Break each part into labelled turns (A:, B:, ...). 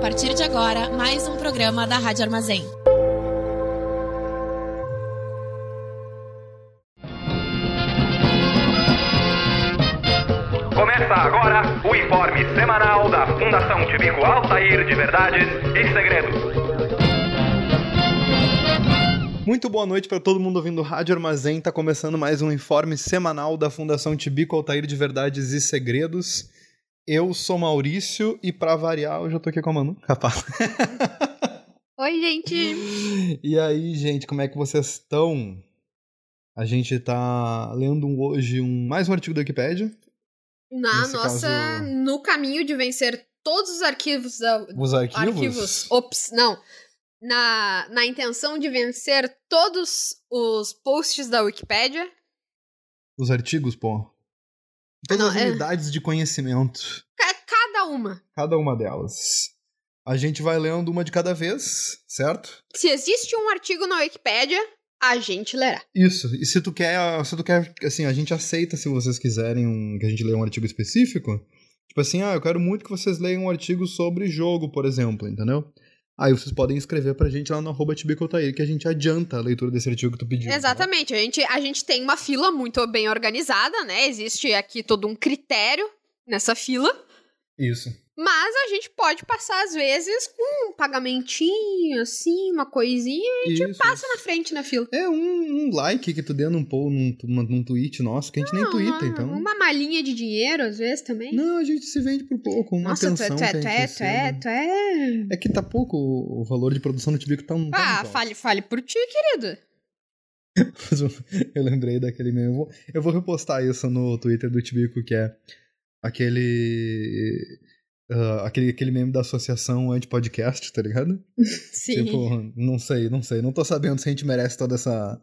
A: partir de agora, mais um programa da Rádio Armazém.
B: Começa agora o informe semanal da Fundação Tibico Altair de Verdades e Segredos.
C: Muito boa noite para todo mundo ouvindo Rádio Armazém. Tá começando mais um informe semanal da Fundação Tibico Altair de Verdades e Segredos. Eu sou Maurício e para variar, eu já tô aqui com a Manu. Capaz.
D: Oi, gente!
C: E aí, gente, como é que vocês estão? A gente tá lendo um- hoje um, mais um artigo da Wikipédia,
D: Na
C: Nesse
D: nossa.
C: caso-
D: No caminho de vencer todos os arquivos. Da,
C: os arquivos.
D: arquivos. Ops, não. Na, na intenção de vencer todos os posts da Wikipédia.
C: Os artigos, pô. Todas
D: Não,
C: as
D: é-
C: unidades de conhecimento,
D: ca- Cada uma.
C: cada uma delas. A gente vai lendo uma de cada vez, certo?
D: Se existe um artigo na Wikipédia, a gente lerá.
C: Isso. E se tu quer, ah, se tu quer, assim, a gente aceita se vocês quiserem um- que a gente leia um artigo específico. Tipo assim, ah, eu quero muito que vocês leiam um artigo sobre jogo, por exemplo, entendeu? Aí vocês podem escrever pra gente lá no arroba tibicotair, que a gente adianta a leitura desse artigo que tu pediu.
D: Exatamente. A gente, a gente tem uma fila muito bem organizada, né? Existe aqui todo um critério nessa fila.
C: tá? Isso.
D: Mas a gente pode passar, às vezes, com um pagamentinho, assim, uma coisinha,
C: Isso.
D: passa na frente na fila.
C: É um, um like que tu dê num, po- num, num, num tweet nosso, que a gente nem
D: uma,
C: twitta, então.
D: Ah, Uma malinha de dinheiro, às vezes, também.
C: Não, a gente se vende por pouco, uma
D: Nossa, tu é,
C: atenção
D: tu
C: que
D: é,
C: a
D: tu
C: gente assim,
D: é, tu é,
C: receba.
D: tu é.
C: É que tá pouco o o valor de produção do Tibico, tá um tá muito
D: Ah,
C: alto.
D: fale, fale por ti, querido.
C: Mas eu- Eu lembrei daquele meme. Eu vou, eu vou repostar isso no Twitter do Tibico, que é aquele. ah, aquele, aquele meme da associação anti-podcast, tá ligado?
D: Sim.
C: Tipo, não sei, não sei. Não tô sabendo se a gente merece toda essa.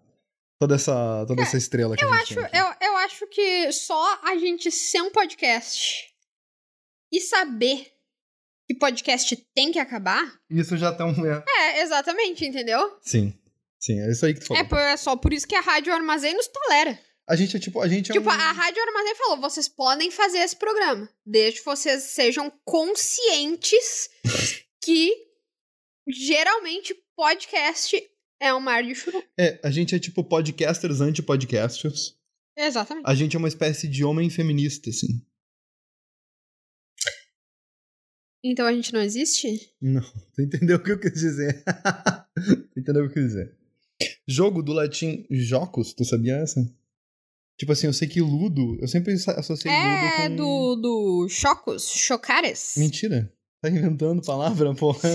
C: Toda essa. Toda essa estrela que eu a gente
D: acho,
C: tem aqui.
D: É, eu, eu acho que só a gente ser um podcast e saber que podcast tem que acabar.
C: Isso já tá um. é.
D: É, exatamente, entendeu?
C: Sim. Sim, é isso aí que tu falou.
D: É, por- é só por isso que a Rádio Armazém nos tolera.
C: A gente é tipo. A gente é
D: Tipo,
C: um-
D: a Rádio Armazém falou: vocês podem fazer esse programa, desde que vocês sejam conscientes que geralmente podcast é um mar de churro.
C: é, a gente é tipo podcasters anti-podcasters.
D: Exatamente.
C: A gente é uma espécie de homem feminista, assim.
D: Então a gente não existe?
C: Tu entendeu o que eu quis dizer? tu entendeu o que eu quis dizer? Jogo do latim jocos, tu sabia essa? Tipo assim, eu sei que ludo, eu sempre sa- associei
D: é
C: ludo com...
D: do, do Chocos, Chocares.
C: Mentira. Tá inventando palavra, porra.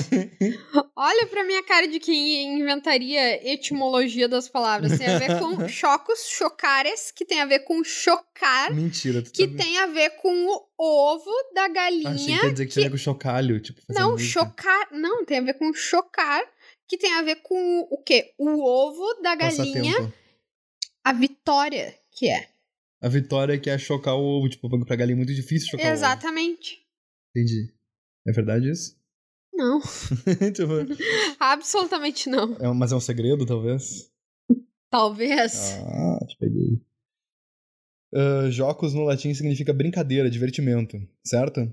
D: Olha pra minha cara de quem inventaria etimologia das palavras. Tem a ver com Chocos, Chocares, que tem a ver com chocar,
C: Mentira. Tu
D: que
C: tá...
D: tem a ver com o ovo da
C: Achei
D: galinha
C: que ia dizer que tinha com chocalho, tipo... fazer
D: Não,
C: música.
D: chocar. Não, tem a ver com chocar, que tem a ver com o quê? O ovo da galinha,
C: Passatempo.
D: a vitória, que é.
C: A vitória que é chocar o ovo, tipo, pra galinha é muito difícil chocar o ovo.
D: Exatamente.
C: Entendi. É verdade isso?
D: Não,
C: Tipo,
D: absolutamente não.
C: é um- mas é um segredo, talvez?
D: Talvez.
C: Ah, te peguei. Ah, jocos no latim significa brincadeira, divertimento, certo?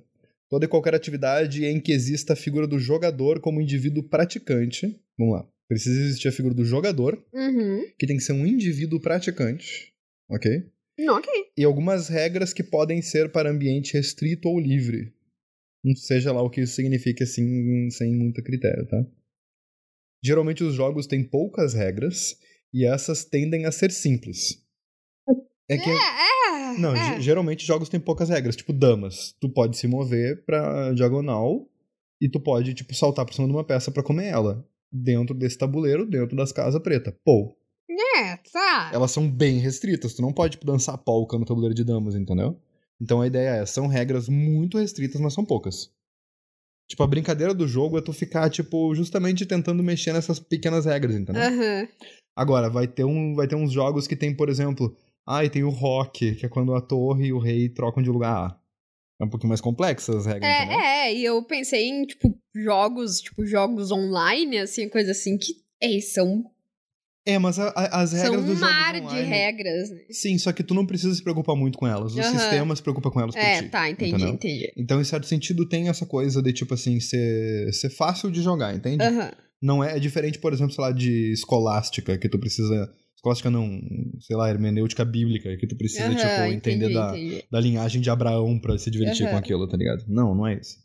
C: Toda e qualquer atividade em que exista a figura do jogador como indivíduo praticante. Vamos lá. Precisa existir a figura do jogador,
D: Uhum.
C: que tem que ser um indivíduo praticante, ok?
D: Não, ok.
C: E algumas regras que podem ser para ambiente restrito ou livre. Não seja lá o que isso significa, assim, sem muito critério, tá? Geralmente os jogos têm poucas regras e essas tendem a ser simples. É que.
D: É, é.
C: Não,
D: é.
C: ge- geralmente jogos têm poucas regras, tipo damas. Tu pode se mover pra diagonal e tu pode, tipo, saltar por cima de uma peça pra comer ela. Dentro desse tabuleiro, dentro das casas preta. Pô,
D: É, tá.
C: elas são bem restritas. Tu não pode tipo, dançar polca no tabuleiro de damas, entendeu? Então a ideia é, são regras muito restritas, mas são poucas. Tipo, a brincadeira do jogo é tu ficar, tipo, justamente tentando mexer nessas pequenas regras, entendeu?
D: Aham.
C: Agora, vai ter, um, vai ter uns jogos que tem, por exemplo, ah, e tem o rock, que é quando a torre e o rei trocam de lugar. É um pouquinho mais complexas as regras, entendeu?
D: É, é, e eu pensei em, tipo, jogos, tipo, jogos online, assim, coisa assim, que é, são
C: É, mas a- a- as regras
D: São
C: do
D: um
C: jogo
D: mar de
C: online-
D: regras, né?
C: Sim, só que tu não precisa se preocupar muito com elas. O
D: Aham.
C: sistema se preocupa com elas por
D: É,
C: ti,
D: tá, entendi,
C: entendeu?
D: entendi.
C: Então, em certo sentido, tem essa coisa de, tipo assim, ser, ser fácil de jogar, entende?
D: Aham.
C: Não é, é diferente, por exemplo, sei lá, de escolástica, que tu precisa. Escolástica não, sei lá, hermenêutica bíblica, que tu precisa,
D: Aham,
C: tipo, entender
D: entendi,
C: da,
D: entendi.
C: da linhagem de Abraão pra se divertir
D: Aham.
C: com aquilo, tá ligado? Não, não é isso.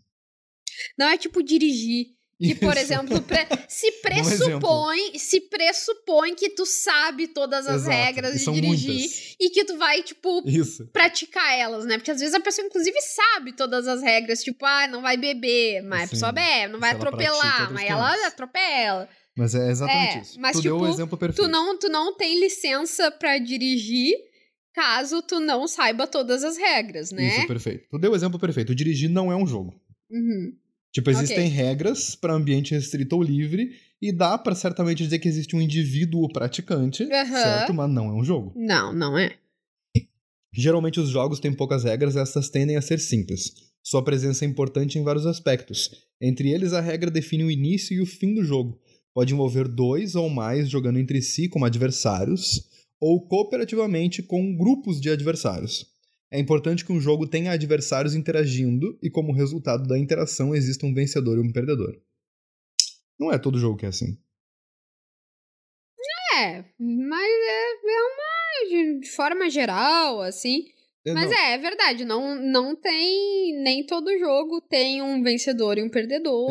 D: Não é tipo dirigir. Que, por
C: Isso. um
D: exemplo, pre- se pressupõe, se pressupõe que tu sabe todas as
C: Exato, e
D: regras de
C: são
D: dirigir
C: muitas.
D: e que tu vai, tipo,
C: Isso.
D: praticar elas, né? Porque às vezes a pessoa, inclusive, sabe todas as regras, tipo, ah, não vai beber, mas a
C: Sim.
D: pessoa bebe, não vai
C: Se ela pratica
D: atropelar,
C: outros
D: mas ela
C: temas.
D: atropela.
C: Mas é exatamente
D: É,
C: isso.
D: mas,
C: tu deu o
D: tipo,
C: exemplo perfeito.
D: Tu não, tu não tem licença pra dirigir caso tu não saiba todas as regras, né?
C: Isso, perfeito. Tu deu o exemplo perfeito. O dirigir não é um jogo.
D: Uhum.
C: Tipo, existem regras pra ambiente restrito ou livre, e dá pra certamente dizer que existe um indivíduo praticante,
D: Aham.
C: certo? Mas não é um jogo.
D: Não, não é.
C: Geralmente os jogos têm poucas regras e essas tendem a ser simples. Sua presença é importante em vários aspectos. Entre eles, a regra define o início e o fim do jogo. Pode envolver dois ou mais jogando entre si como adversários, ou cooperativamente com grupos de adversários. É importante que um jogo tenha adversários interagindo e, como resultado da interação, exista um vencedor e um perdedor. Não é todo jogo que é assim.
D: É, mas é, é uma. De, de forma geral, assim. Mas
C: não,
D: é, é verdade. Não, não tem. Nem todo jogo tem um vencedor e um perdedor.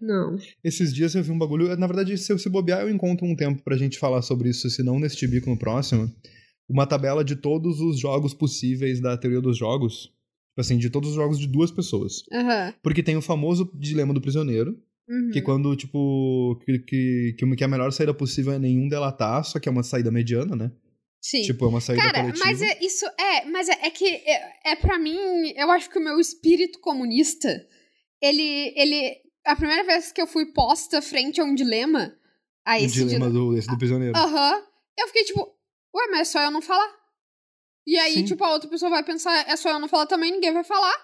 D: Não.
C: Esses dias eu vi um bagulho. Na verdade, se eu se bobear, eu encontro um tempo pra gente falar sobre isso, se não neste Tibico no próximo. Uma tabela de todos os jogos possíveis da teoria dos jogos. Tipo assim, de todos os jogos de duas pessoas.
D: Aham.
C: Porque tem o famoso dilema do prisioneiro,
D: Uhum.
C: que quando, tipo, que, que, que uma- que a melhor saída possível é nenhum delatar, só que é uma saída mediana, né?
D: Sim.
C: Tipo, é uma saída
D: Cara,
C: coletiva.
D: mas é, isso é, mas é, é que é, é para mim, eu acho que o meu espírito comunista, ele, ele, a primeira vez que eu fui posta frente a um dilema,
C: O
D: a é esse
C: Um dilema
D: dilema, Ah.
C: do, esse do prisioneiro.
D: aham, eu fiquei tipo, ué, mas é só eu não falar. E aí,
C: Sim.
D: tipo, a outra pessoa vai pensar, é só eu não falar também, ninguém vai falar.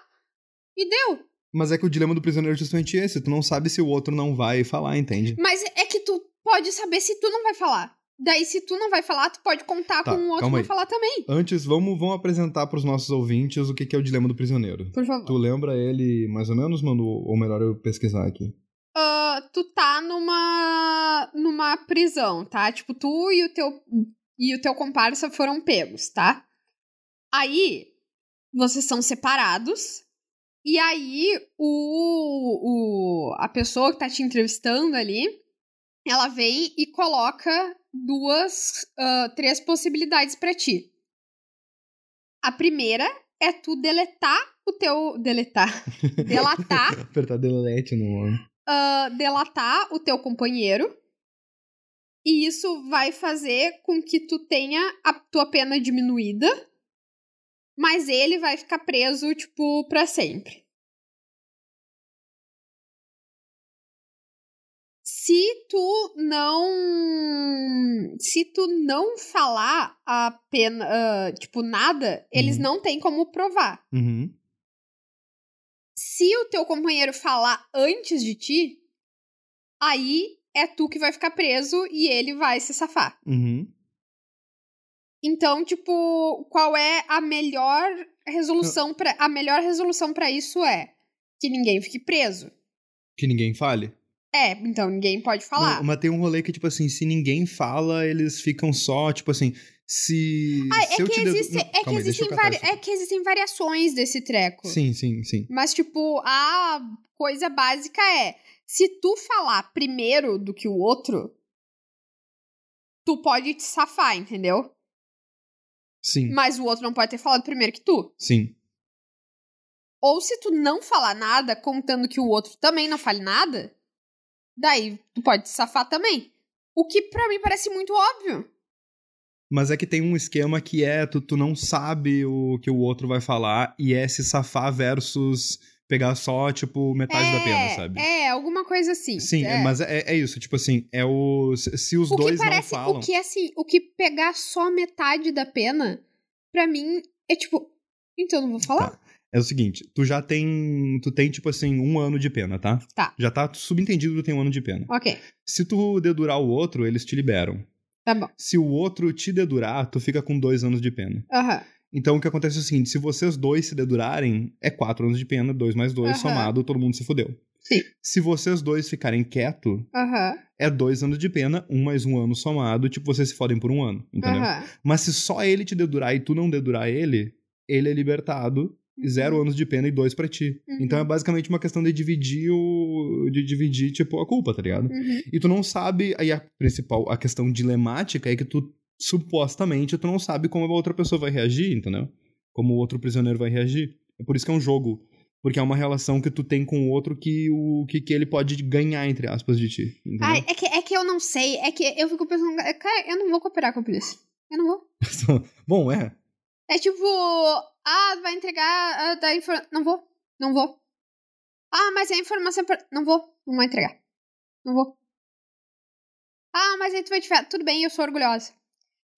D: E deu.
C: Mas é que o dilema do prisioneiro é justamente esse. Tu não sabe se o outro não vai falar, entende?
D: Mas é que tu pode saber se tu não vai falar. Daí, se tu não vai falar, tu pode contar
C: Tá,
D: com o outro
C: calma
D: pra
C: aí.
D: falar também.
C: Antes, vamos, vamos apresentar pros nossos ouvintes o que, que é o dilema do prisioneiro.
D: Por favor.
C: Tu lembra ele mais ou menos, Manu? Ou melhor eu pesquisar aqui.
D: Ah, tu tá numa numa prisão, tá? Tipo, tu e o teu e o teu comparsa foram pegos, tá? Aí vocês são separados. E aí o, o a pessoa que tá te entrevistando ali, ela vem e coloca duas, ah, três possibilidades pra ti. A primeira é tu deletar o teu deletar, delatar
C: Apertar delete no nome.
D: ah, delatar o teu companheiro. E isso vai fazer com que tu tenha a tua pena diminuída, mas ele vai ficar preso, tipo, pra sempre. Se tu não. Se tu não falar a pena. ah, tipo, nada, eles
C: Uhum.
D: não têm como provar.
C: Uhum.
D: Se o teu companheiro falar antes de ti, aí é tu que vai ficar preso e ele vai se safar.
C: Uhum.
D: Então, tipo, qual é a melhor resolução para a melhor resolução para isso é que ninguém fique preso.
C: Que ninguém fale?
D: É, então ninguém pode falar.
C: Não, mas tem um rolê que, tipo assim, se ninguém fala, eles ficam só, tipo assim, se.
D: Ah,
C: se
D: é,
C: eu
D: que
C: te dedo-
D: existe-
C: Não,
D: é, que
C: calma aí, deixa eu
D: existem
C: catar
D: vari-
C: isso.
D: é que existem variações desse treco.
C: Sim, sim, sim.
D: Mas, tipo, a coisa básica é: se tu falar primeiro do que o outro, tu pode te safar, entendeu?
C: Sim,
D: Mas o outro não pode ter falado primeiro que tu.
C: sim.
D: Ou se tu não falar nada, contando que o outro também não fale nada, daí tu pode te safar também. O que pra mim parece muito óbvio.
C: Mas é que tem um esquema que é tu, tu não sabe o que o outro vai falar e é se safar versus pegar só, tipo, metade
D: é,
C: da pena, sabe?
D: é, alguma coisa assim.
C: Sim, é,
D: é.
C: mas é, é isso, tipo assim, é o. Se se os
D: o
C: dois
D: que parece,
C: não falam.
D: O que assim, o que pegar só metade da pena, pra mim, é tipo, então eu não vou falar?
C: Tá. É o seguinte, tu já tem. Tu tem, tipo assim, um ano de pena, tá?
D: Tá.
C: Já tá subentendido que tu tem um ano de pena.
D: Ok.
C: Se tu dedurar o outro, eles te liberam.
D: Tá bom.
C: Se o outro te dedurar, tu fica com dois anos de pena.
D: Aham.
C: Então o que acontece é o seguinte: se vocês dois se dedurarem, é quatro anos de pena, dois mais dois
D: Aham.
C: somado, todo mundo se fodeu.
D: Sim.
C: Se vocês dois ficarem quieto,
D: Aham.
C: é dois anos de pena, um mais um ano somado, tipo, vocês se fodem por um ano, entendeu?
D: Aham.
C: Mas se só ele te dedurar e tu não dedurar ele, ele é libertado. e Zero anos de pena e dois pra ti.
D: Uhum.
C: Então é basicamente uma questão de dividir o. de dividir, tipo, a culpa, tá ligado?
D: Uhum.
C: E tu não sabe. Aí a principal, a questão dilemática é que tu, supostamente, tu não sabe como a outra pessoa vai reagir, entendeu? Como o outro prisioneiro vai reagir. É por isso que é um jogo. Porque é uma relação que tu tem com o outro que o que, que ele pode ganhar, entre aspas, de ti. Entendeu?
D: Ai, é que, é que eu não sei. É que eu fico pensando. é, Cara, eu não vou cooperar com a polícia. Eu não vou.
C: Bom, é.
D: É tipo. Ah, vai entregar. Ah, da infor... Não vou. Não vou. Ah, mas é informação. Pra... Não vou. Não vou entregar. Não vou. Ah, mas aí tu vai te ferrar. Tudo bem, eu sou orgulhosa.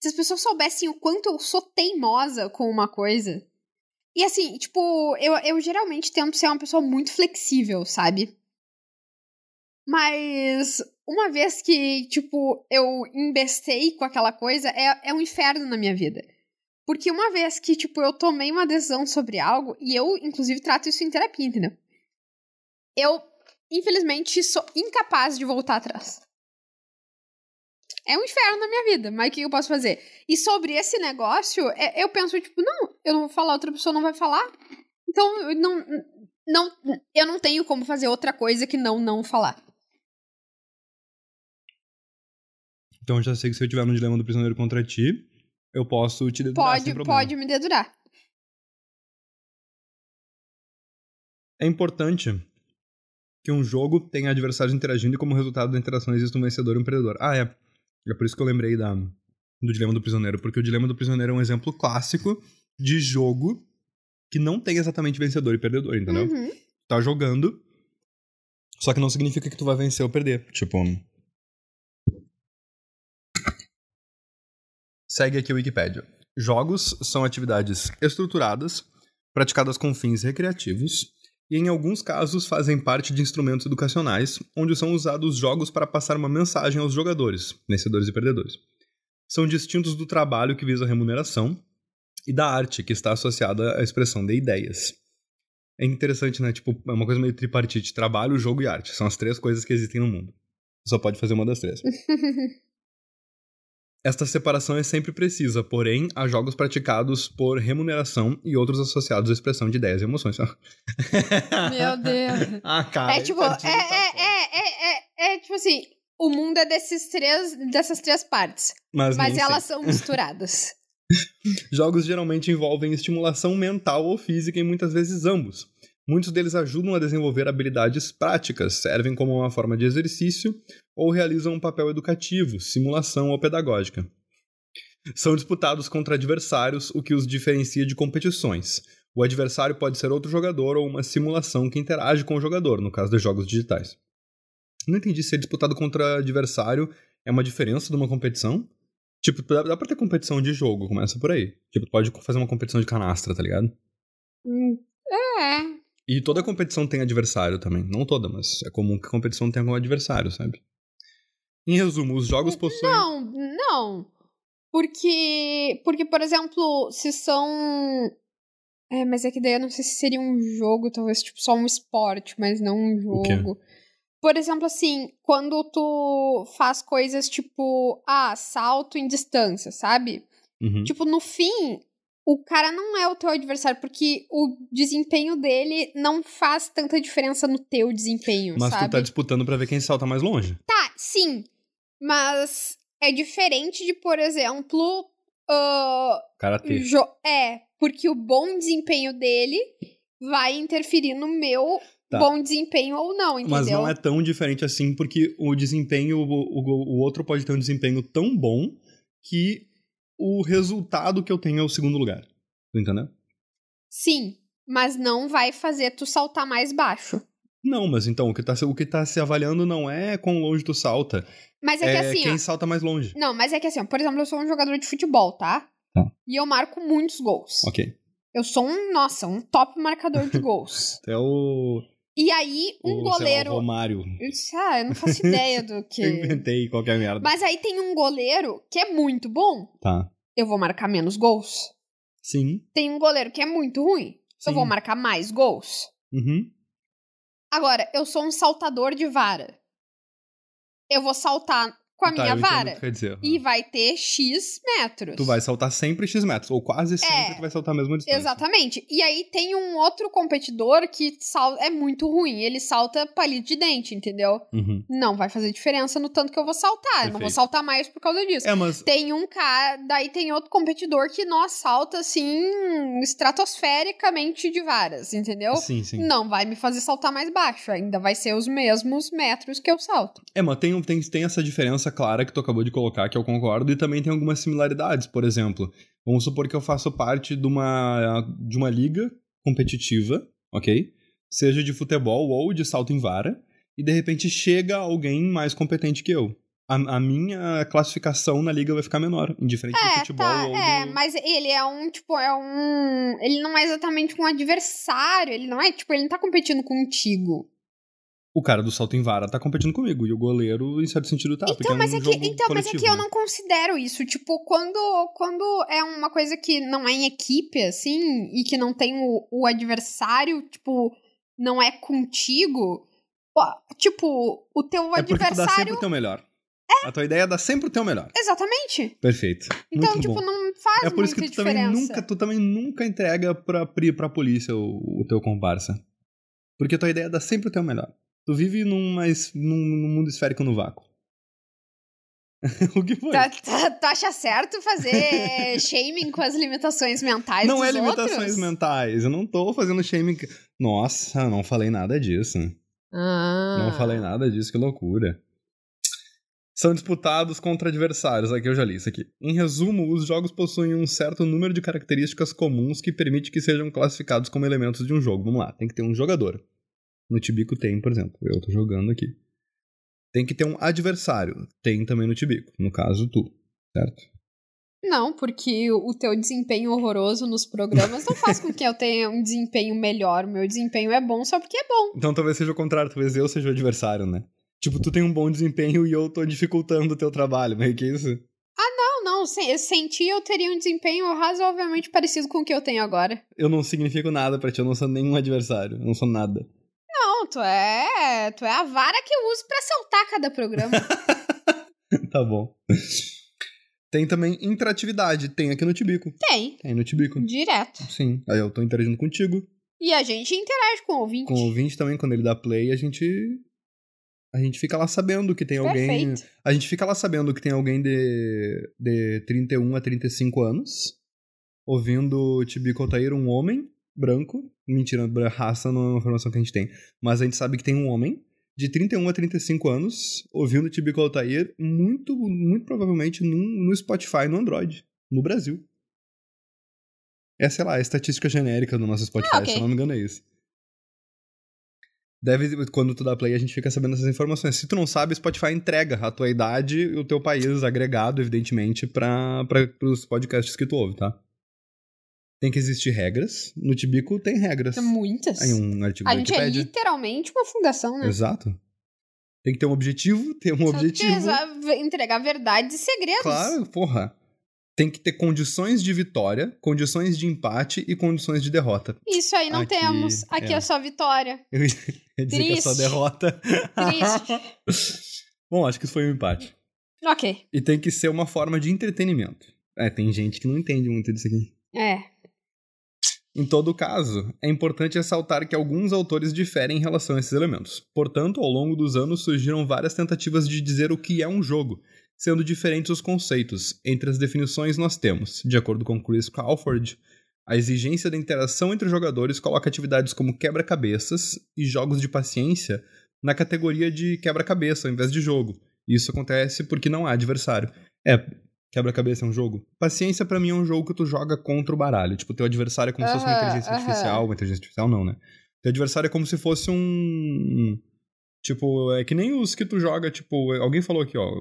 D: Se as pessoas soubessem o quanto eu sou teimosa com uma coisa. E assim, tipo, eu, eu geralmente tento ser uma pessoa muito flexível, sabe? Mas uma vez que, tipo, eu embestei com aquela coisa, é, é um inferno na minha vida. Porque uma vez que, tipo, eu tomei uma decisão sobre algo, e eu, inclusive, trato isso em terapia, entendeu? Eu, infelizmente, sou incapaz de voltar atrás. É um inferno na minha vida, mas o que eu posso fazer? E sobre esse negócio, é- eu penso, tipo, não, eu não vou falar, outra pessoa não vai falar. Então, eu não, não, eu não tenho como fazer outra coisa que não não falar.
C: Então eu já sei que se eu tiver um dilema do prisioneiro contra ti, eu posso te dedurar sem
D: Pode,
C: problema.
D: pode me dedurar.
C: É importante que um jogo tenha adversários interagindo e como resultado da interação existe um vencedor e um perdedor. Ah, é. É por isso que eu lembrei da, do Dilema do Prisioneiro, porque o Dilema do Prisioneiro é um exemplo clássico de jogo que não tem exatamente vencedor e perdedor, entendeu?
D: Uhum.
C: Tá jogando, só que não significa que tu vai vencer ou perder. Tipo... Segue aqui o Wikipedia. Jogos são atividades estruturadas, praticadas com fins recreativos, e em alguns casos fazem parte de instrumentos educacionais, onde são usados jogos para passar uma mensagem aos jogadores, vencedores e perdedores. São distintos do trabalho que visa remuneração e da arte, que está associada à expressão de ideias. É interessante, né? Tipo, é uma coisa meio tripartite: trabalho, jogo e arte. São as três coisas que existem no mundo. Só pode fazer uma das três. Esta separação é sempre precisa, porém, há jogos praticados por remuneração e outros associados à expressão de ideias e emoções.
D: Meu Deus.
C: Ah, cara.
D: é tipo, é, é, é, é, é, é, tipo assim, o mundo é desses três, dessas três partes,
C: Mas,
D: mas
C: nem
D: elas são misturadas.
C: sempre. Jogos geralmente envolvem estimulação mental ou física e muitas vezes ambos. Muitos deles ajudam a desenvolver habilidades práticas, servem como uma forma de exercício ou realizam um papel educativo, simulação ou pedagógica. São disputados contra adversários, o que os diferencia de competições. O adversário pode ser outro jogador ou uma simulação que interage com o jogador, no caso dos jogos digitais. Não entendi se é disputado contra adversário é uma diferença de uma competição. Tipo, dá, dá pra ter competição de jogo, começa por aí. Tipo, pode fazer uma competição de canastra, tá ligado? Hum,
D: é.
C: E toda competição tem adversário também. Não toda, mas é comum que competição tenha algum adversário, sabe? Em resumo, os jogos possuem.
D: Não, não. Porque, porque, por exemplo, se são... É, mas é que daí eu não sei se seria um jogo, talvez, tipo, só um esporte, mas não um
C: O quê?
D: jogo. Por exemplo, assim, quando tu faz coisas tipo, ah, salto em distância, sabe?
C: Uhum.
D: Tipo, no fim, o cara não é o teu adversário, porque o desempenho dele não faz tanta diferença no teu desempenho,
C: mas
D: sabe?
C: tu tá disputando pra ver quem salta mais longe.
D: Tá, sim. Mas é diferente de, por exemplo, ah,
C: Karatê.
D: jo- é, porque o bom desempenho dele vai interferir no meu
C: Tá.
D: bom desempenho ou não, entendeu?
C: Mas não é tão diferente assim, porque o desempenho, o, o, o outro pode ter um desempenho tão bom que o resultado que eu tenho é o segundo lugar. Tu entendeu?
D: Sim, mas não vai fazer tu saltar mais baixo.
C: Não, mas então, o que, tá, se- o que tá se avaliando não é quão longe tu salta,
D: Mas é,
C: é,
D: que assim,
C: quem
D: ó.
C: salta mais longe.
D: Não, mas é que assim, ó, por exemplo, eu sou um jogador de futebol, tá?
C: Tá.
D: E eu marco muitos gols.
C: Ok.
D: Eu sou um, nossa, um top marcador de gols.
C: Então é o...
D: E aí, um
C: Ou, sei lá,
D: goleiro.
C: o Romário.
D: Eu disse, ah, eu não faço ideia do
C: Eu
D: que.
C: inventei qualquer merda.
D: Mas aí tem um goleiro que é muito bom.
C: Tá.
D: Eu vou marcar menos gols.
C: Sim.
D: Tem um goleiro que é muito ruim.
C: sim.
D: Eu vou marcar mais gols.
C: Uhum.
D: Agora, eu sou um saltador de vara. Eu vou saltar com a
E: Tá,
D: minha
E: eu entendo o que
D: vara.
E: Quer dizer,
D: E vai ter X metros.
C: Tu vai saltar sempre X metros, ou quase sempre
D: É.
C: tu vai saltar a mesma distância.
D: Exatamente. E aí tem um outro competidor que sal... é muito ruim. Ele salta palito de dente, entendeu?
C: Uhum.
D: Não vai fazer diferença no tanto que eu vou saltar. Eu não vou
C: Perfeito.
D: saltar mais por causa disso.
C: É, mas
D: Tem um cara, daí tem outro competidor que nós salta assim estratosfericamente de varas, entendeu?
C: Sim, sim.
D: Não vai me fazer saltar mais baixo, ainda vai ser os mesmos metros que eu salto.
C: É, mas tem, um- tem, tem essa diferença clara que tu acabou de colocar, que eu concordo, e também tem algumas similaridades. Por exemplo, vamos supor que eu faço parte de uma, de uma liga competitiva, ok? Seja de futebol ou de salto em vara, e de repente chega alguém mais competente que eu. A, a minha classificação na liga vai ficar menor, indiferente do
D: É,
C: futebol
D: tá,
C: ou
D: é,
C: do...
D: mas ele é um, tipo, é um, ele não é exatamente um adversário, ele não é, tipo, ele não tá competindo contigo.
C: O cara do salto em vara tá competindo comigo, e o goleiro, em certo sentido, tá. porque
D: Então, mas
C: um
D: é que,
C: jogo
D: então, mas é
C: coletivo,
D: que eu
C: né?
D: não considero isso. Tipo, quando, quando é uma coisa que não é em equipe, assim, e que não tem o, o adversário, tipo, não é contigo, ó, tipo, o teu
C: É porque tu dá sempre
D: adversário.
C: o teu melhor. A tua ideia é dar sempre o teu melhor.
D: Exatamente.
C: Perfeito.
D: Então,
C: Muito
D: tipo,
C: bom.
D: não faz
C: É por isso que
D: muita
C: tu também,
D: diferença.
C: nunca, tu também nunca entrega pra, pri- pra polícia o, o teu comparsa. Porque tua ideia é dar sempre o teu melhor. Tu vive numa, es- num, num mundo esférico no vácuo. o que foi?
D: Tu, tu- tu acha certo fazer eh, shaming com as limitações mentais
C: não
D: dos
C: é limitações
D: outros?
C: mentais. Eu não tô fazendo shaming. Nossa, não falei nada disso.
D: Ah.
C: Não falei nada disso, que loucura. São disputados contra adversários, aqui eu já li isso aqui. Em resumo, os jogos possuem um certo número de características comuns que permite que sejam classificados como elementos de um jogo. Vamos lá, tem que ter um jogador. No Tibico tem, por exemplo, eu tô jogando aqui. Tem que ter um adversário, tem também no Tibico, no caso tu, certo?
D: Não, porque o teu desempenho horroroso nos programas não faz com que eu tenha um desempenho melhor. Meu desempenho é bom só porque é bom.
C: Então talvez seja o contrário, talvez eu seja o adversário, né? Tipo, tu tem um bom desempenho e eu tô dificultando o teu trabalho, meio que isso?
D: Não, não, sem, sem ti eu teria um desempenho razoavelmente parecido com o que eu tenho agora.
C: Eu não significo nada pra ti, eu não sou nenhum adversário, eu não sou nada.
D: Não, tu é, tu é a vara que eu uso pra saltar cada programa.
C: tá bom. Tem também interatividade, tem aqui no Tibico.
D: Tem,
C: Tem no Tibico.
D: direto.
C: Sim. Aí eu tô interagindo contigo.
D: E a gente interage com o ouvinte.
C: Com o ouvinte também, quando ele dá play, a gente. A gente fica lá sabendo que tem alguém.
D: Perfeito.
C: A gente fica lá sabendo que tem alguém de, de 31 a 35 anos. Ouvindo o Tibico Altair, um homem branco. Mentira, bra- raça não é uma informação que a gente tem. Mas a gente sabe que tem um homem de 31 a 35 anos ouvindo o Tibico Altair, muito, muito provavelmente num- no Spotify, no Android, no Brasil. É, sei lá, a estatística genérica do nosso Spotify,
D: ok.
C: se eu não me engano é isso. Deve, quando tu dá play, a gente fica sabendo essas informações. Se tu não sabe, o Spotify entrega a tua idade e o teu país agregado, evidentemente, para os podcasts que tu ouve, tá? Tem que existir regras. No Tibico tem regras.
D: Tem Muitas.
C: Em é um artigo
D: A
C: da
D: gente é
C: Wikipédia.
D: literalmente uma fundação, né?
C: Exato. Tem que ter um objetivo, ter um
D: Só
C: objetivo.
D: precisa entregar verdades e segredos.
C: Claro, porra. Tem que ter condições de vitória, condições de empate e condições de derrota.
D: Isso aí não
C: Aqui,
D: temos. Aqui
C: é.
D: é, só vitória.
C: Eu ia dizer que é só
D: Triste.
C: derrota.
D: Triste.
C: Bom, acho que isso foi um empate.
D: ok.
C: E tem que ser uma forma de entretenimento. É, tem gente que não entende muito disso aqui.
D: É.
C: Em todo caso, é importante ressaltar que alguns autores diferem em relação a esses elementos. Portanto, ao longo dos anos surgiram várias tentativas de dizer o que é um jogo, sendo diferentes os conceitos. Entre as definições nós temos, de acordo com Chris Crawford, a exigência da interação entre os jogadores coloca atividades como quebra-cabeças e jogos de paciência na categoria de quebra-cabeça ao invés de jogo. Isso acontece porque não há adversário. É, Quebra-cabeça é um jogo? Paciência pra mim é um jogo que tu joga contra o baralho. Tipo, teu adversário é como se fosse uma
D: Aham,
C: inteligência
D: aham.
C: artificial. Uma inteligência artificial não, né? Teu adversário é como se fosse um. Tipo, é que nem os que tu joga, tipo, alguém falou aqui, ó.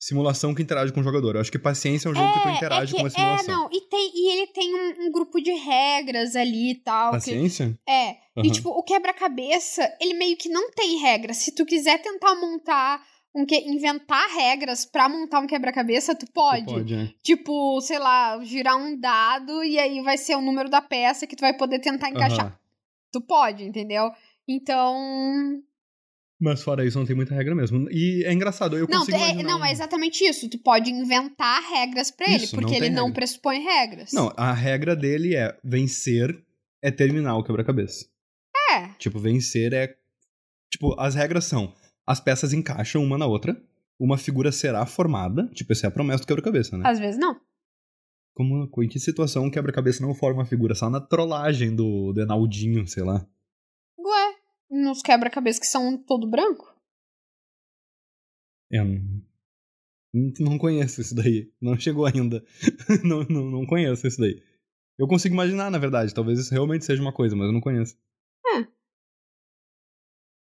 C: Simulação que interage com o jogador. Eu acho que paciência é um jogo que tu interage
D: é
C: com a simulação.
D: É, não, e, tem, e ele tem um, um grupo de regras ali e tal. que-
C: Paciência?
D: é,
C: Ah, Aham.
D: e tipo, o quebra-cabeça, ele meio que não tem regras. Se tu quiser tentar montar, um que... inventar regras pra montar um quebra-cabeça, tu pode.
C: Tu pode, né?
D: Tipo, sei lá, girar um dado e aí vai ser o número da peça que tu vai poder tentar encaixar.
C: Aham.
D: Tu pode, entendeu? Então.
C: Mas fora isso, não tem muita regra mesmo. E é engraçado, eu
D: Não,
C: consigo
D: é,
C: imaginar
D: não,
C: um-
D: é exatamente isso. Tu pode inventar regras pra ele,
C: Isso,
D: porque
C: não
D: ele
C: tem
D: não
C: regra.
D: pressupõe regras.
C: Não, a regra dele é vencer é terminar o quebra-cabeça.
D: É.
C: Tipo, vencer é. Tipo, as regras são: as peças encaixam uma na outra, uma figura será formada. Tipo, essa é a promessa do quebra-cabeça, né?
D: Às vezes não.
C: Como, em que situação um quebra-cabeça não forma uma figura? Só na trollagem do, do Enaldinho, sei lá.
D: Ué, nos quebra-cabeças que são todo branco?
C: É, Eu não- não, não conheço isso daí. Não chegou ainda. não, não, não conheço isso daí. Eu consigo imaginar, na verdade. Talvez isso realmente seja uma coisa, mas eu não conheço.
D: É.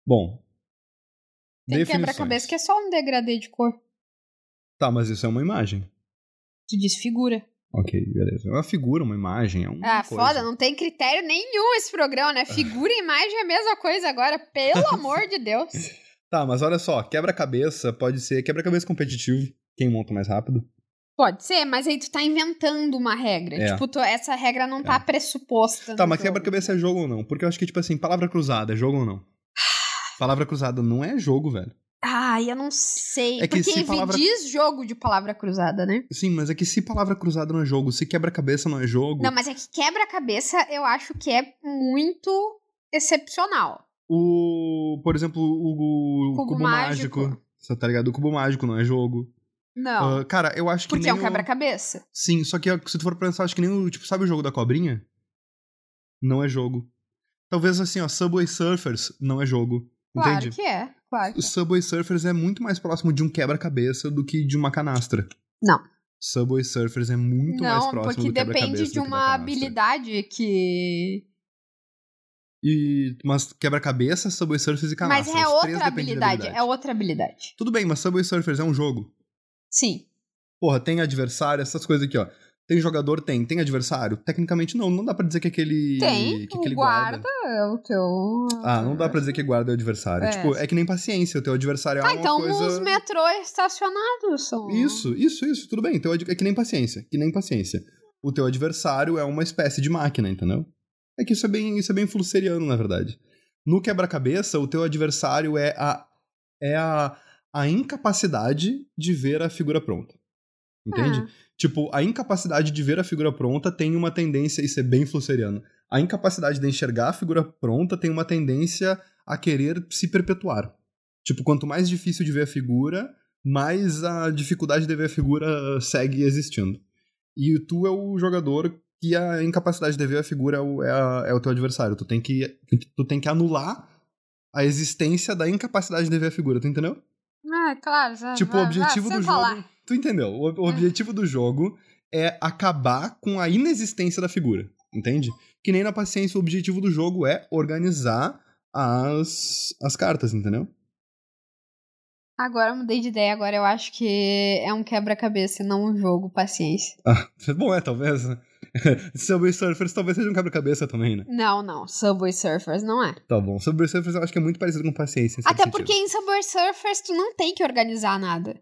C: Bom.
D: Tem
C: definições.
D: quebra-cabeça que é só um degradê de cor.
C: Tá, mas isso é uma imagem.
D: Tu diz figura.
C: Ok, beleza. É uma figura, uma imagem. É uma
D: Ah,
C: coisa.
D: foda, não tem critério nenhum esse programa, né? Figura e imagem é a mesma coisa agora, pelo amor de Deus.
C: Tá, mas olha só. Quebra-cabeça pode ser quebra-cabeça competitivo. Quem monta mais rápido.
D: Pode ser, mas aí tu tá inventando uma regra.
C: É.
D: Tipo, tu- essa regra não tá pressuposta.
C: Tá,
D: no
C: mas
D: jogo.
C: quebra-cabeça é jogo ou não? Porque eu acho que, tipo assim, palavra cruzada é jogo ou não? Palavra cruzada não é jogo, velho.
D: Ah, eu não sei.
C: É que
D: Porque
C: se
D: ele
C: palavra-
D: diz jogo de palavra cruzada, né?
C: Sim, mas é que se palavra cruzada não é jogo, se quebra-cabeça não é jogo,
D: Não, mas é que quebra-cabeça eu acho que é muito excepcional.
C: Ah, o. Por exemplo, o, o
D: Cubo
C: cubo, mágico.
D: mágico.
C: Você tá ligado? O cubo mágico não é jogo.
D: Não.
C: Ah, cara, eu acho que.
D: porque
C: nem
D: é um
C: o-
D: quebra-cabeça.
C: Sim, só que se tu for pensar, acho que nem o. Tipo, sabe o jogo da cobrinha? Não é jogo. Talvez assim, ó, Subway Surfers não é jogo.
D: Claro
C: entende?
D: que é. Claro. que
C: O Subway Surfers é muito mais próximo de um quebra-cabeça do que de uma canastra.
D: Não.
C: Subway Surfers é muito mais
D: Não,
C: próximo
D: porque
C: do quebra-cabeça.
D: depende
C: do
D: de
C: que tá da
D: uma
C: canastra.
D: habilidade que.
C: E, mas quebra-cabeça, Subway Surfers e canastra.
D: mas é
C: Os três
D: outra
C: dependem de
D: habilidade. É outra habilidade.
C: Tudo bem, mas Subway Surfers é um jogo.
D: Sim.
C: Porra, tem adversário, essas coisas aqui, ó. Tem jogador? Tem. Tem adversário? Tecnicamente não. Não dá pra dizer que aquele...
D: Tem.
C: que
D: o
C: aquele
D: guarda, é o teu.
C: Ah, não dá pra dizer que guarda é o adversário.
D: É.
C: Tipo, é que nem paciência. O teu adversário é
D: Ah,
C: uma
D: então
C: coisa...
D: os metrô estacionados são.
C: Isso, isso, isso. Tudo bem. Então é que nem paciência. Que nem paciência. O teu adversário é uma espécie de máquina, entendeu? É que isso é bem, isso é bem flusseriano, na verdade. No quebra-cabeça, o teu adversário é a é a, a incapacidade de ver a figura pronta. Entende?
D: Ah.
C: Tipo, a incapacidade de ver a figura pronta tem uma tendência, isso é bem flusseriano. A incapacidade de enxergar a figura pronta tem uma tendência a querer se perpetuar. Tipo, quanto mais difícil de ver a figura, mais a dificuldade de ver a figura segue existindo. E tu é o jogador que a incapacidade de ver a figura é o, é a- é o teu adversário. Tu tem, que, tu tem que anular a existência da incapacidade de ver a figura, tu entendeu?
D: Ah, claro. já-
C: Tipo,
D: vai-
C: o objetivo
D: vai,
C: do
D: senta
C: jogo.
D: Lá.
C: Tu entendeu? O,
D: É.
C: o objetivo do jogo é acabar com a inexistência da figura. Entende? Que nem na paciência, o objetivo do jogo é organizar as, as cartas, entendeu?
D: Agora eu mudei de ideia, agora eu acho que é um quebra-cabeça e não um jogo, paciência.
C: Ah, bom, é, talvez. Subway Surfers talvez seja um quebra-cabeça também, né?
D: Não, não. Subway Surfers não é.
C: Tá bom. Subway Surfers eu acho que é muito parecido com paciência. em certo
D: Até
C: sentido.
D: porque em Subway Surfers tu não tem que organizar nada. É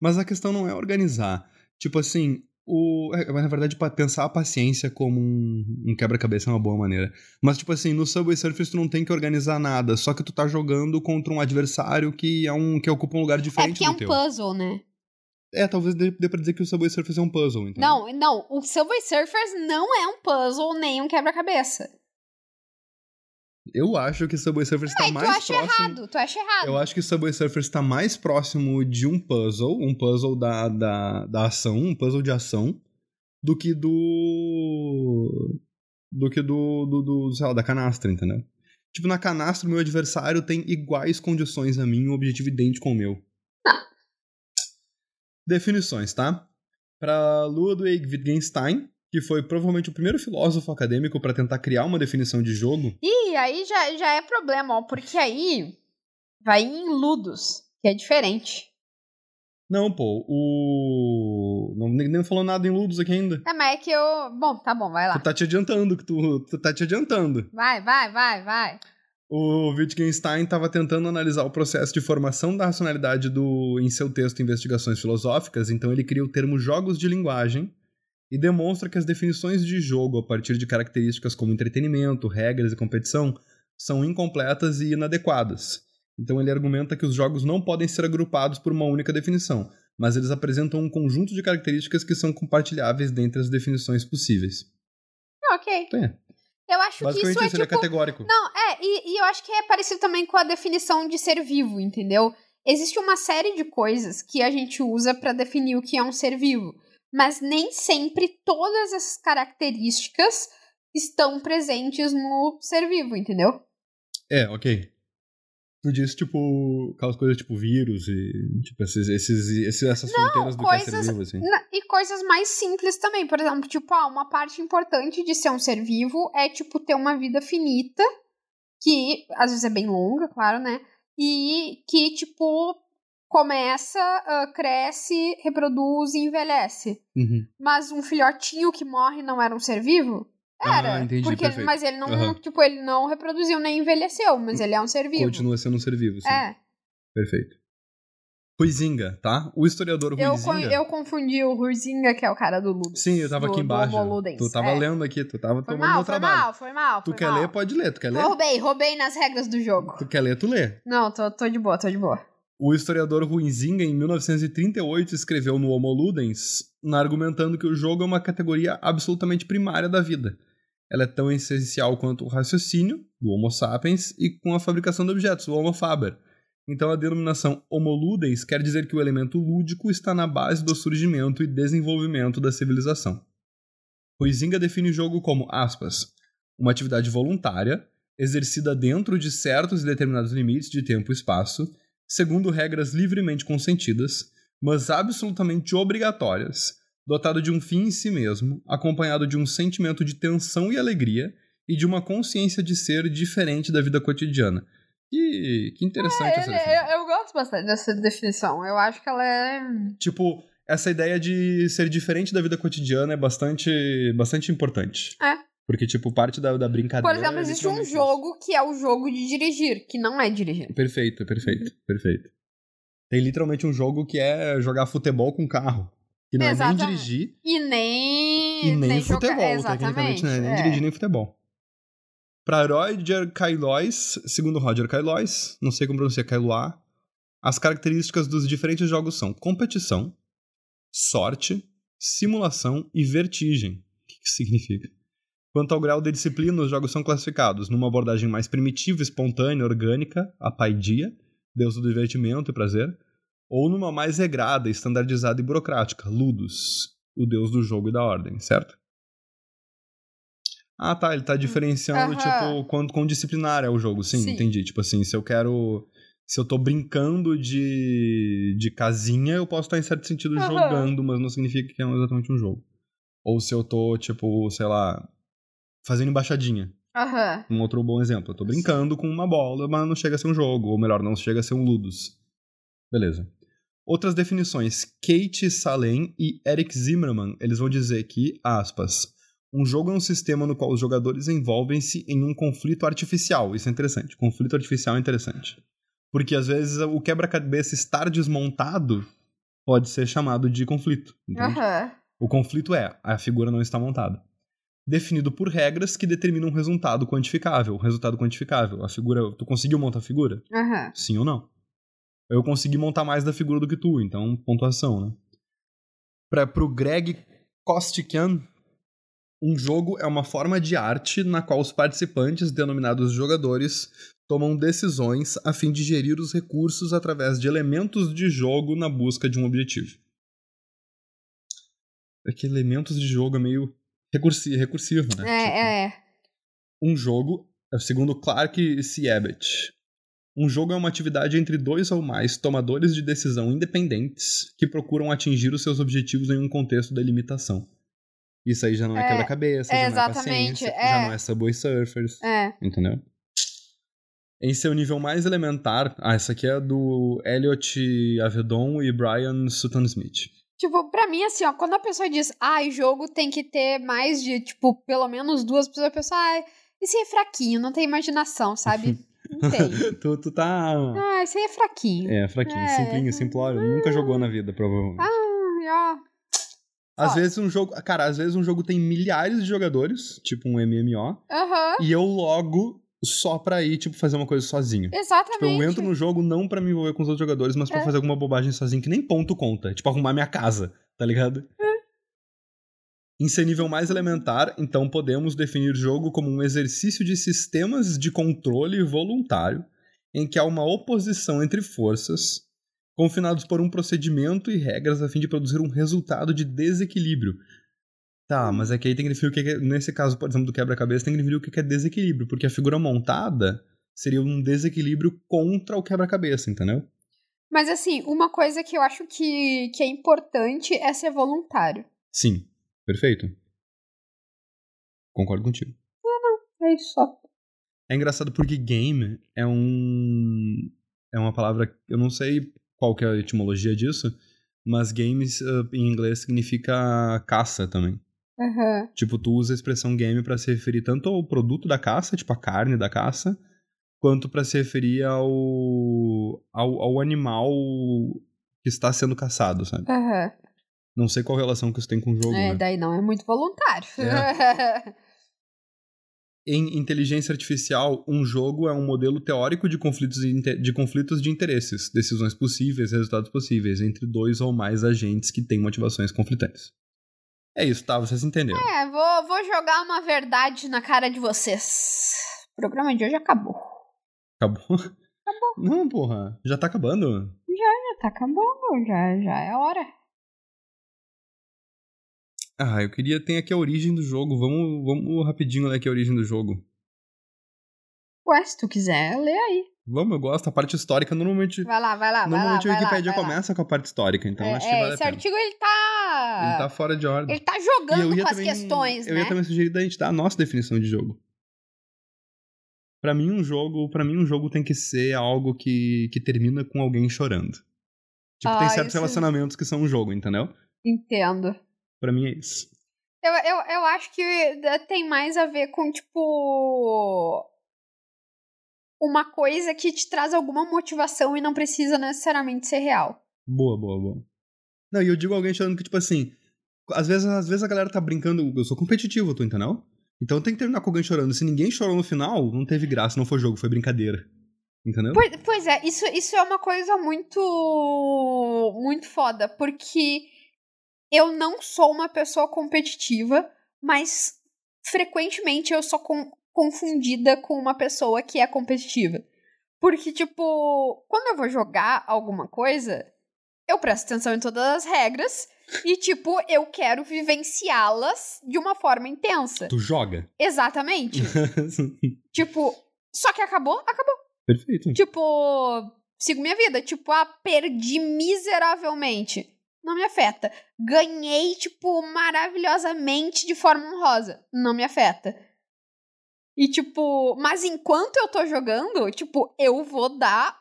C: Mas a questão não é organizar. Tipo assim, o... é, mas na verdade, pa- pensar a paciência como um, um quebra-cabeça é uma boa maneira. Mas, tipo assim, no Subway Surfers tu não tem que organizar nada, só que tu tá jogando contra um adversário que é um que ocupa um lugar
D: É
C: diferente
D: porque é
C: do
D: um
C: teu.
D: puzzle, né?
C: É, talvez dê, dê pra dizer que o Subway Surfers é um puzzle, então.
D: Não, não. O Subway Surfers não é um puzzle nem um quebra-cabeça.
C: Eu acho que Subway Surfers tá
D: Aí tu
C: mais
D: acha
C: próximo...
D: errado, tu acha errado.
C: Eu acho que Subway Surfers tá mais próximo de um puzzle, um puzzle da, da, da ação, um puzzle de ação, do que do. do que do, do, do, sei lá, da canastra, entendeu? Tipo, na canastra, o meu adversário tem iguais condições a mim, um objetivo idêntico ao meu. Definições, tá? Para Ludwig Wittgenstein, que foi provavelmente o primeiro filósofo acadêmico para tentar criar uma definição de jogo,
D: Ih, aí já, já é problema, ó, porque aí vai em ludos, que é diferente.
C: Não, pô, o. Não, nem nem falou nada em Ludus aqui ainda.
D: É, mas é que eu. Bom, tá bom, vai lá.
C: Tu tá te adiantando, que tu, tu tá te adiantando.
D: Vai, vai, vai, vai.
C: O Wittgenstein estava tentando analisar o processo de formação da racionalidade do, em seu texto Investigações Filosóficas, então ele cria o termo jogos de linguagem e demonstra que as definições de jogo, a partir de características como entretenimento, regras e competição, são incompletas e inadequadas. Então ele argumenta que os jogos não podem ser agrupados por uma única definição, mas eles apresentam um conjunto de características que são compartilháveis dentre as definições possíveis.
D: Ah, Ok.
C: Então é,
D: Eu acho que
C: basicamente
D: isso
C: isso,
D: é
C: ele é
D: tipo.
C: categórico.
D: Não, é, e, e eu acho que é parecido também com a definição de ser vivo, entendeu? Existe uma série de coisas que a gente usa pra definir o que é um ser vivo, mas nem sempre todas essas características estão presentes no ser vivo, entendeu?
C: É, ok. Tu disse, tipo, aquelas coisas tipo vírus e, tipo, esses, esses, esses- essas fronteiras do que é
D: coisas-
C: ser vivo, assim.
D: Na- e coisas mais simples também, por exemplo, tipo, ah, uma parte importante de ser um ser vivo é, tipo, ter uma vida finita, que às vezes é bem longa, claro, né? E que, tipo, começa, ah, cresce, reproduz e envelhece.
C: Uhum.
D: Mas um filhotinho que morre não era um ser vivo?
C: Ah,
D: Era.
C: entendi,
D: porque,
C: perfeito.
D: mas ele não,
C: Aham.
D: tipo, ele não reproduziu nem envelheceu, mas ele é um ser vivo.
C: Continua sendo um ser vivo, sim.
D: É,
C: Perfeito. Ruizinga, tá? O historiador
D: eu,
C: Ruizinga.
D: con- eu confundi o Hurzinga, que é o cara do Ludus.
C: Sim, eu tava
D: do-
C: aqui
D: do
C: embaixo.
D: Homo Ludens,
C: Tu tava
D: é.
C: lendo aqui, tu tava
D: Foi
C: tomando
D: mal,
C: meu
D: foi
C: trabalho.
D: mal, foi mal.
C: tu
D: foi
C: quer
D: mal.
C: ler, pode ler. Tu quer ler?
D: Roubei, roubei nas regras do jogo.
C: Tu quer ler, tu lê.
D: Não, tô, tô de boa, tô de boa.
C: O historiador Ruizinga, em 1938, escreveu no Homo Ludens, na- argumentando que o jogo é uma categoria absolutamente primária da vida. Ela é tão essencial quanto o raciocínio, do Homo sapiens, e com a fabricação de objetos, o Homo faber. Então a denominação Homo Ludens quer dizer que o elemento lúdico está na base do surgimento e desenvolvimento da civilização. Ruizinga define o jogo como, aspas, uma atividade voluntária, exercida dentro de certos e determinados limites de tempo e espaço, segundo regras livremente consentidas, mas absolutamente obrigatórias, dotado de um fim em si mesmo, acompanhado de um sentimento de tensão e alegria e de uma consciência de ser diferente da vida cotidiana. Que, que
D: É,
C: interessante essa definição.
D: eu, eu gosto bastante dessa definição. Eu acho que ela é.
C: Tipo, essa ideia de ser diferente da vida cotidiana é bastante, bastante importante.
D: É.
C: Porque, tipo, parte da, da brincadeira...
D: Por exemplo,
C: é
D: existe um
C: literalmente
D: jogo que é o jogo de dirigir, que não é dirigir.
C: isso. Perfeito, perfeito,
D: Uhum.
C: perfeito. Tem literalmente um jogo que é jogar futebol com carro. Que não é nem
D: Exatamente.
C: dirigir
D: E nem.
C: e nem,
D: né, jogar-
C: futebol,
D: Exatamente.
C: tecnicamente, né? Nem
D: é.
C: dirigir nem futebol. Pra Roger Kailois, segundo Roger Kailois, não sei como pronuncia Kailois, as características dos diferentes jogos são competição, sorte, simulação e vertigem. O que que significa? Quanto ao grau de disciplina, os jogos são classificados numa abordagem mais primitiva, espontânea, orgânica, a paidia, deus do divertimento e prazer, ou numa mais regrada, estandardizada e burocrática, Ludus, o deus do jogo e da ordem, certo? Ah, tá, ele tá diferenciando,
D: Aham.
C: tipo, quanto quão disciplinar é o jogo, sim,
D: Sim.
C: entendi. Tipo assim, se eu quero. Se eu tô brincando de, de casinha, eu posso estar, em certo sentido,
D: Aham.
C: jogando, mas não significa que é exatamente um jogo. Ou se eu tô, tipo, sei lá, fazendo embaixadinha.
D: é. Aham.
C: Um outro bom exemplo. Eu tô brincando com uma bola, mas não chega a ser um jogo. Ou melhor, não chega a ser um ludus. Beleza. Outras definições. Kate Salem e Eric Zimmerman, eles vão dizer que, aspas, um jogo é um sistema no qual os jogadores envolvem-se em um conflito artificial. Isso é interessante. Conflito artificial é interessante. Porque às vezes o quebra-cabeça estar desmontado pode ser chamado de conflito. entende?
D: Aham.
C: O conflito é, a figura não está montada. Definido por regras que determinam um resultado quantificável. O resultado quantificável. A figura. Tu conseguiu montar a figura?
D: Aham.
C: Sim ou não? Eu consegui montar mais da figura do que tu, então pontuação, né? Pra, pro Greg Kostikian, um jogo é uma forma de arte na qual os participantes, denominados jogadores, tomam decisões a fim de gerir os recursos através de elementos de jogo na busca de um objetivo. É que elementos de jogo é meio recursi- recursivo, né? Tipo,
D: É, é.
C: um jogo, é o segundo Clark e Siebert. Um jogo é uma atividade entre dois ou mais tomadores de decisão independentes que procuram atingir os seus objetivos em um contexto de limitação. Isso aí já não é,
D: É,
C: quebra-cabeça,
D: é
C: já não é
D: exatamente,
C: paciência,
D: é.
C: já não é Subway Surfers,
D: É.
C: entendeu? Em seu nível mais elementar, ah, essa aqui é do Elliot Avedon e Brian Sutton Smith.
D: Tipo, pra mim, assim, ó, quando a pessoa diz, ai, jogo tem que ter mais de, tipo, pelo menos duas pessoas, a pessoa, ai, esse é fraquinho, não tem imaginação, sabe? Não tem.
C: Tu, tu tá.
D: Ah, esse aí é fraquinho.
C: É, fraquinho,
D: É.
C: simplinho, simplório. Nunca jogou na vida, provavelmente. É.
D: Ah, ó.
C: Às
D: Ó.
C: vezes um jogo. Cara, às vezes um jogo tem milhares de jogadores, tipo um MMO,
D: Aham,
C: e eu logo só pra ir, tipo, fazer uma coisa sozinho.
D: exatamente.
C: Tipo, eu entro no jogo não pra me envolver com os outros jogadores, mas pra
D: É.
C: fazer alguma bobagem sozinho, que nem ponto conta. Tipo, arrumar minha casa, tá ligado?
D: É.
C: Em seu nível mais elementar, então podemos definir o jogo como um exercício de sistemas de controle voluntário, em que há uma oposição entre forças, confinados por um procedimento e regras a fim de produzir um resultado de desequilíbrio. Tá, mas é que aí tem que definir o que que é. Nesse caso, por exemplo, do quebra-cabeça, tem que definir o que que é desequilíbrio, porque a figura montada seria um desequilíbrio contra o quebra-cabeça, entendeu?
D: Mas assim, uma coisa que eu acho que, que é importante é ser voluntário.
C: Sim. Perfeito. Concordo contigo.
D: É isso só.
C: É engraçado porque game é um. É uma palavra. Eu não sei qual que é a etimologia disso, mas games eh, em inglês significa caça também.
D: Aham.
C: Tipo, tu usa a expressão game pra se referir tanto ao produto da caça, tipo a carne da caça, quanto pra se referir ao, ao, ao animal que está sendo caçado, sabe?
D: Aham.
C: Não sei qual relação que isso tem com o jogo, né?
D: É,
C: É.
D: daí não é muito voluntário.
C: Em inteligência artificial, um jogo é um modelo teórico de conflitos de, inte- de conflitos de interesses, decisões possíveis, resultados possíveis, entre dois ou mais agentes que têm motivações conflitantes. É isso, tá? Vocês entenderam.
D: É, vou, vou jogar uma verdade na cara de vocês. O programa de hoje acabou.
C: Acabou? Acabou. Não, porra. Já tá acabando?
D: Já tá acabando, já, já é hora.
C: Ah, eu queria. Tem aqui a origem do jogo. Vamos, vamos rapidinho ler aqui a origem do jogo.
D: Ué, se tu quiser, lê aí.
C: Vamos, eu gosto. A parte histórica normalmente.
D: Vai lá, vai lá, vai lá.
C: normalmente
D: vai
C: o
D: lá,
C: Wikipedia
D: vai lá.
C: começa com a parte histórica, então
D: é,
C: acho que
D: é,
C: vale a
D: esse
C: pena.
D: artigo ele
C: Ele tá
D: tá.
C: fora de ordem.
D: Ele tá
C: E eu
D: jogando
C: ia
D: com as
C: também-
D: questões,
C: Eu
D: né?
C: ia também sugerir da gente dar a nossa definição de jogo. Pra mim um jogo, para mim um jogo tem que ser algo que, que termina com alguém chorando. Tipo, tem
D: Ah,
C: certos
D: isso-
C: relacionamentos que são um jogo, entendeu?
D: Entendo.
C: Pra mim é isso.
D: Eu, eu, eu acho que da- tem mais a ver com, tipo. Uma coisa que te traz alguma motivação e não precisa necessariamente ser real.
C: Boa, boa, boa. Não, e eu digo alguém chorando que tipo assim, às vezes, às vezes a galera tá brincando, eu sou competitivo, tu entendeu? Então tem que terminar com alguém chorando. Se ninguém chorou no final, não teve graça, não foi jogo, foi brincadeira. Entendeu?
D: Pois, pois é, isso, isso é uma coisa muito. muito foda, porque eu não sou uma pessoa competitiva, mas frequentemente eu sou con- confundida com uma pessoa que é competitiva. Porque, tipo, quando eu vou jogar alguma coisa, eu presto atenção em todas as regras e, tipo, eu quero vivenciá-las de uma forma intensa.
C: Tu joga.
D: Exatamente. tipo, só que acabou, acabou.
C: Perfeito.
D: Tipo, sigo minha vida. Tipo, ah, perdi miseravelmente. Não me afeta. Ganhei, tipo, maravilhosamente de forma honrosa. Não me afeta. E, tipo, mas enquanto eu tô jogando, tipo, eu vou dar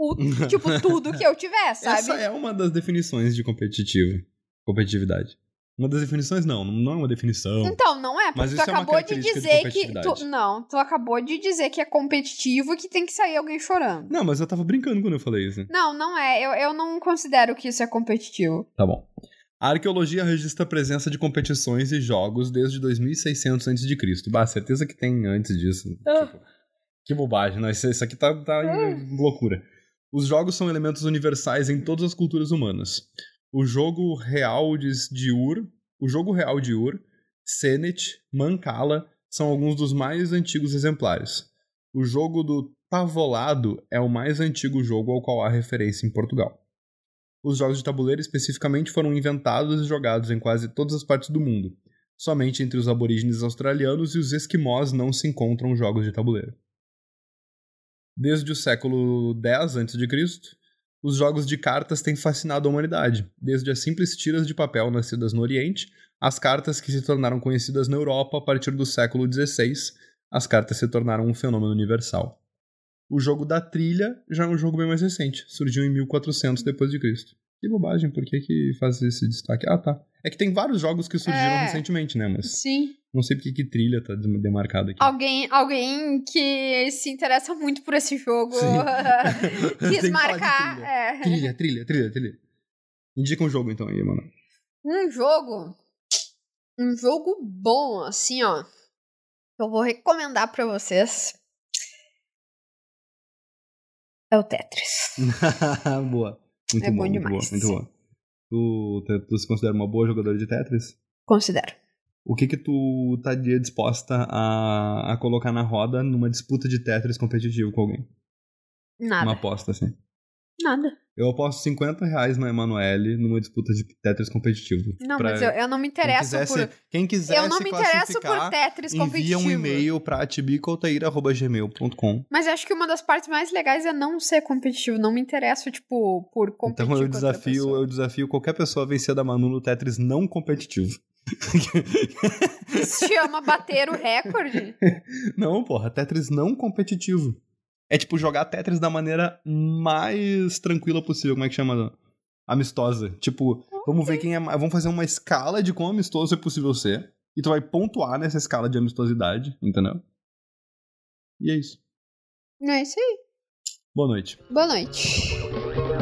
D: o, tipo, tudo que eu tiver, sabe?
C: Essa é uma das definições de competitivo. Competitividade. Uma das definições, não. Não é uma definição.
D: Então, não é, porque
C: Mas
D: tu
C: isso é uma
D: acabou de
C: característica de
D: dizer que. Tu,
C: competitividade.
D: não, tu acabou de dizer que é competitivo e que tem que sair alguém chorando.
C: Não, mas eu tava brincando quando eu falei isso.
D: Não, não é. Eu, eu não considero que isso é competitivo.
C: Tá bom. A arqueologia registra a presença de competições e jogos desde 2600 a.C. Bah, certeza que tem antes disso.
D: Ah.
C: Tipo, que bobagem, né? Isso, isso aqui tá, tá em- loucura. Os jogos são elementos universais em todas as culturas humanas. O jogo real de, de Ur, o jogo real de Ur, Senet, Mancala são alguns dos mais antigos exemplares. O jogo do Tavolado é o mais antigo jogo ao qual há referência em Portugal. Os jogos de tabuleiro especificamente foram inventados e jogados em quase todas as partes do mundo. Somente entre os aborígenes australianos e os esquimós não se encontram jogos de tabuleiro. Desde o século X a.C., os jogos de cartas têm fascinado a humanidade, desde as simples tiras de papel nascidas no Oriente, às cartas que se tornaram conhecidas na Europa a partir do século XVI, as cartas se tornaram um fenômeno universal. O jogo da trilha já é um jogo bem mais recente, surgiu em 1400 depois de Cristo. Que bobagem, por que que faz esse destaque? Ah, tá. É que tem vários jogos que surgiram
D: É.
C: recentemente, né, mas
D: Sim.
C: não sei por que que trilha tá des- demarcado aqui.
D: Alguém, alguém que se interessa muito por esse jogo
C: Tem que falar
D: quis
C: de
D: marcar
C: trilha.
D: é,
C: Trilha, trilha, trilha, trilha. Indica um jogo então aí, mano.
D: um jogo. Um jogo bom, assim, ó. Que eu vou recomendar pra vocês. É o Tetris.
C: boa. Muito
D: É
C: boa,
D: bom
C: muito
D: demais.
C: boa, muito boa. Tu, tu, tu se considera uma boa jogadora de Tetris?
D: Considero.
C: O que que tu estaria disposta a, a colocar na roda numa disputa de Tetris competitivo com alguém? Uma
D: Nada.
C: aposta, assim.
D: Nada.
C: Eu aposto 50 reais na Emanuele numa disputa de Tetris competitivo.
D: Não,
C: Pra-
D: mas eu, eu não me
C: quem
D: interesso
C: quiser
D: por.
C: se- Quem quiser
D: Eu não
C: se
D: me interesso por
C: classificar,
D: Tetris
C: envia
D: competitivo.
C: um e-mail pra tibicotaíra.gmail.com.
D: Mas eu acho que uma das partes mais legais é não ser competitivo. Não me interesso, tipo, por
C: Então
D: competir.
C: eu
D: com outra
C: desafio,
D: pessoa.
C: eu desafio qualquer pessoa a vencer da Manu no Tetris não competitivo.
D: Isso chama bater o recorde.
C: Não, porra, Tetris não competitivo. É tipo jogar Tetris da maneira mais tranquila possível, como é que chama? Amistosa. Tipo, vamos ver quem é mais. Vamos fazer uma escala de quão amistoso é possível ser. E tu vai pontuar nessa escala de amistosidade, entendeu? E é isso.
D: É isso aí.
C: Boa noite.
D: Boa noite.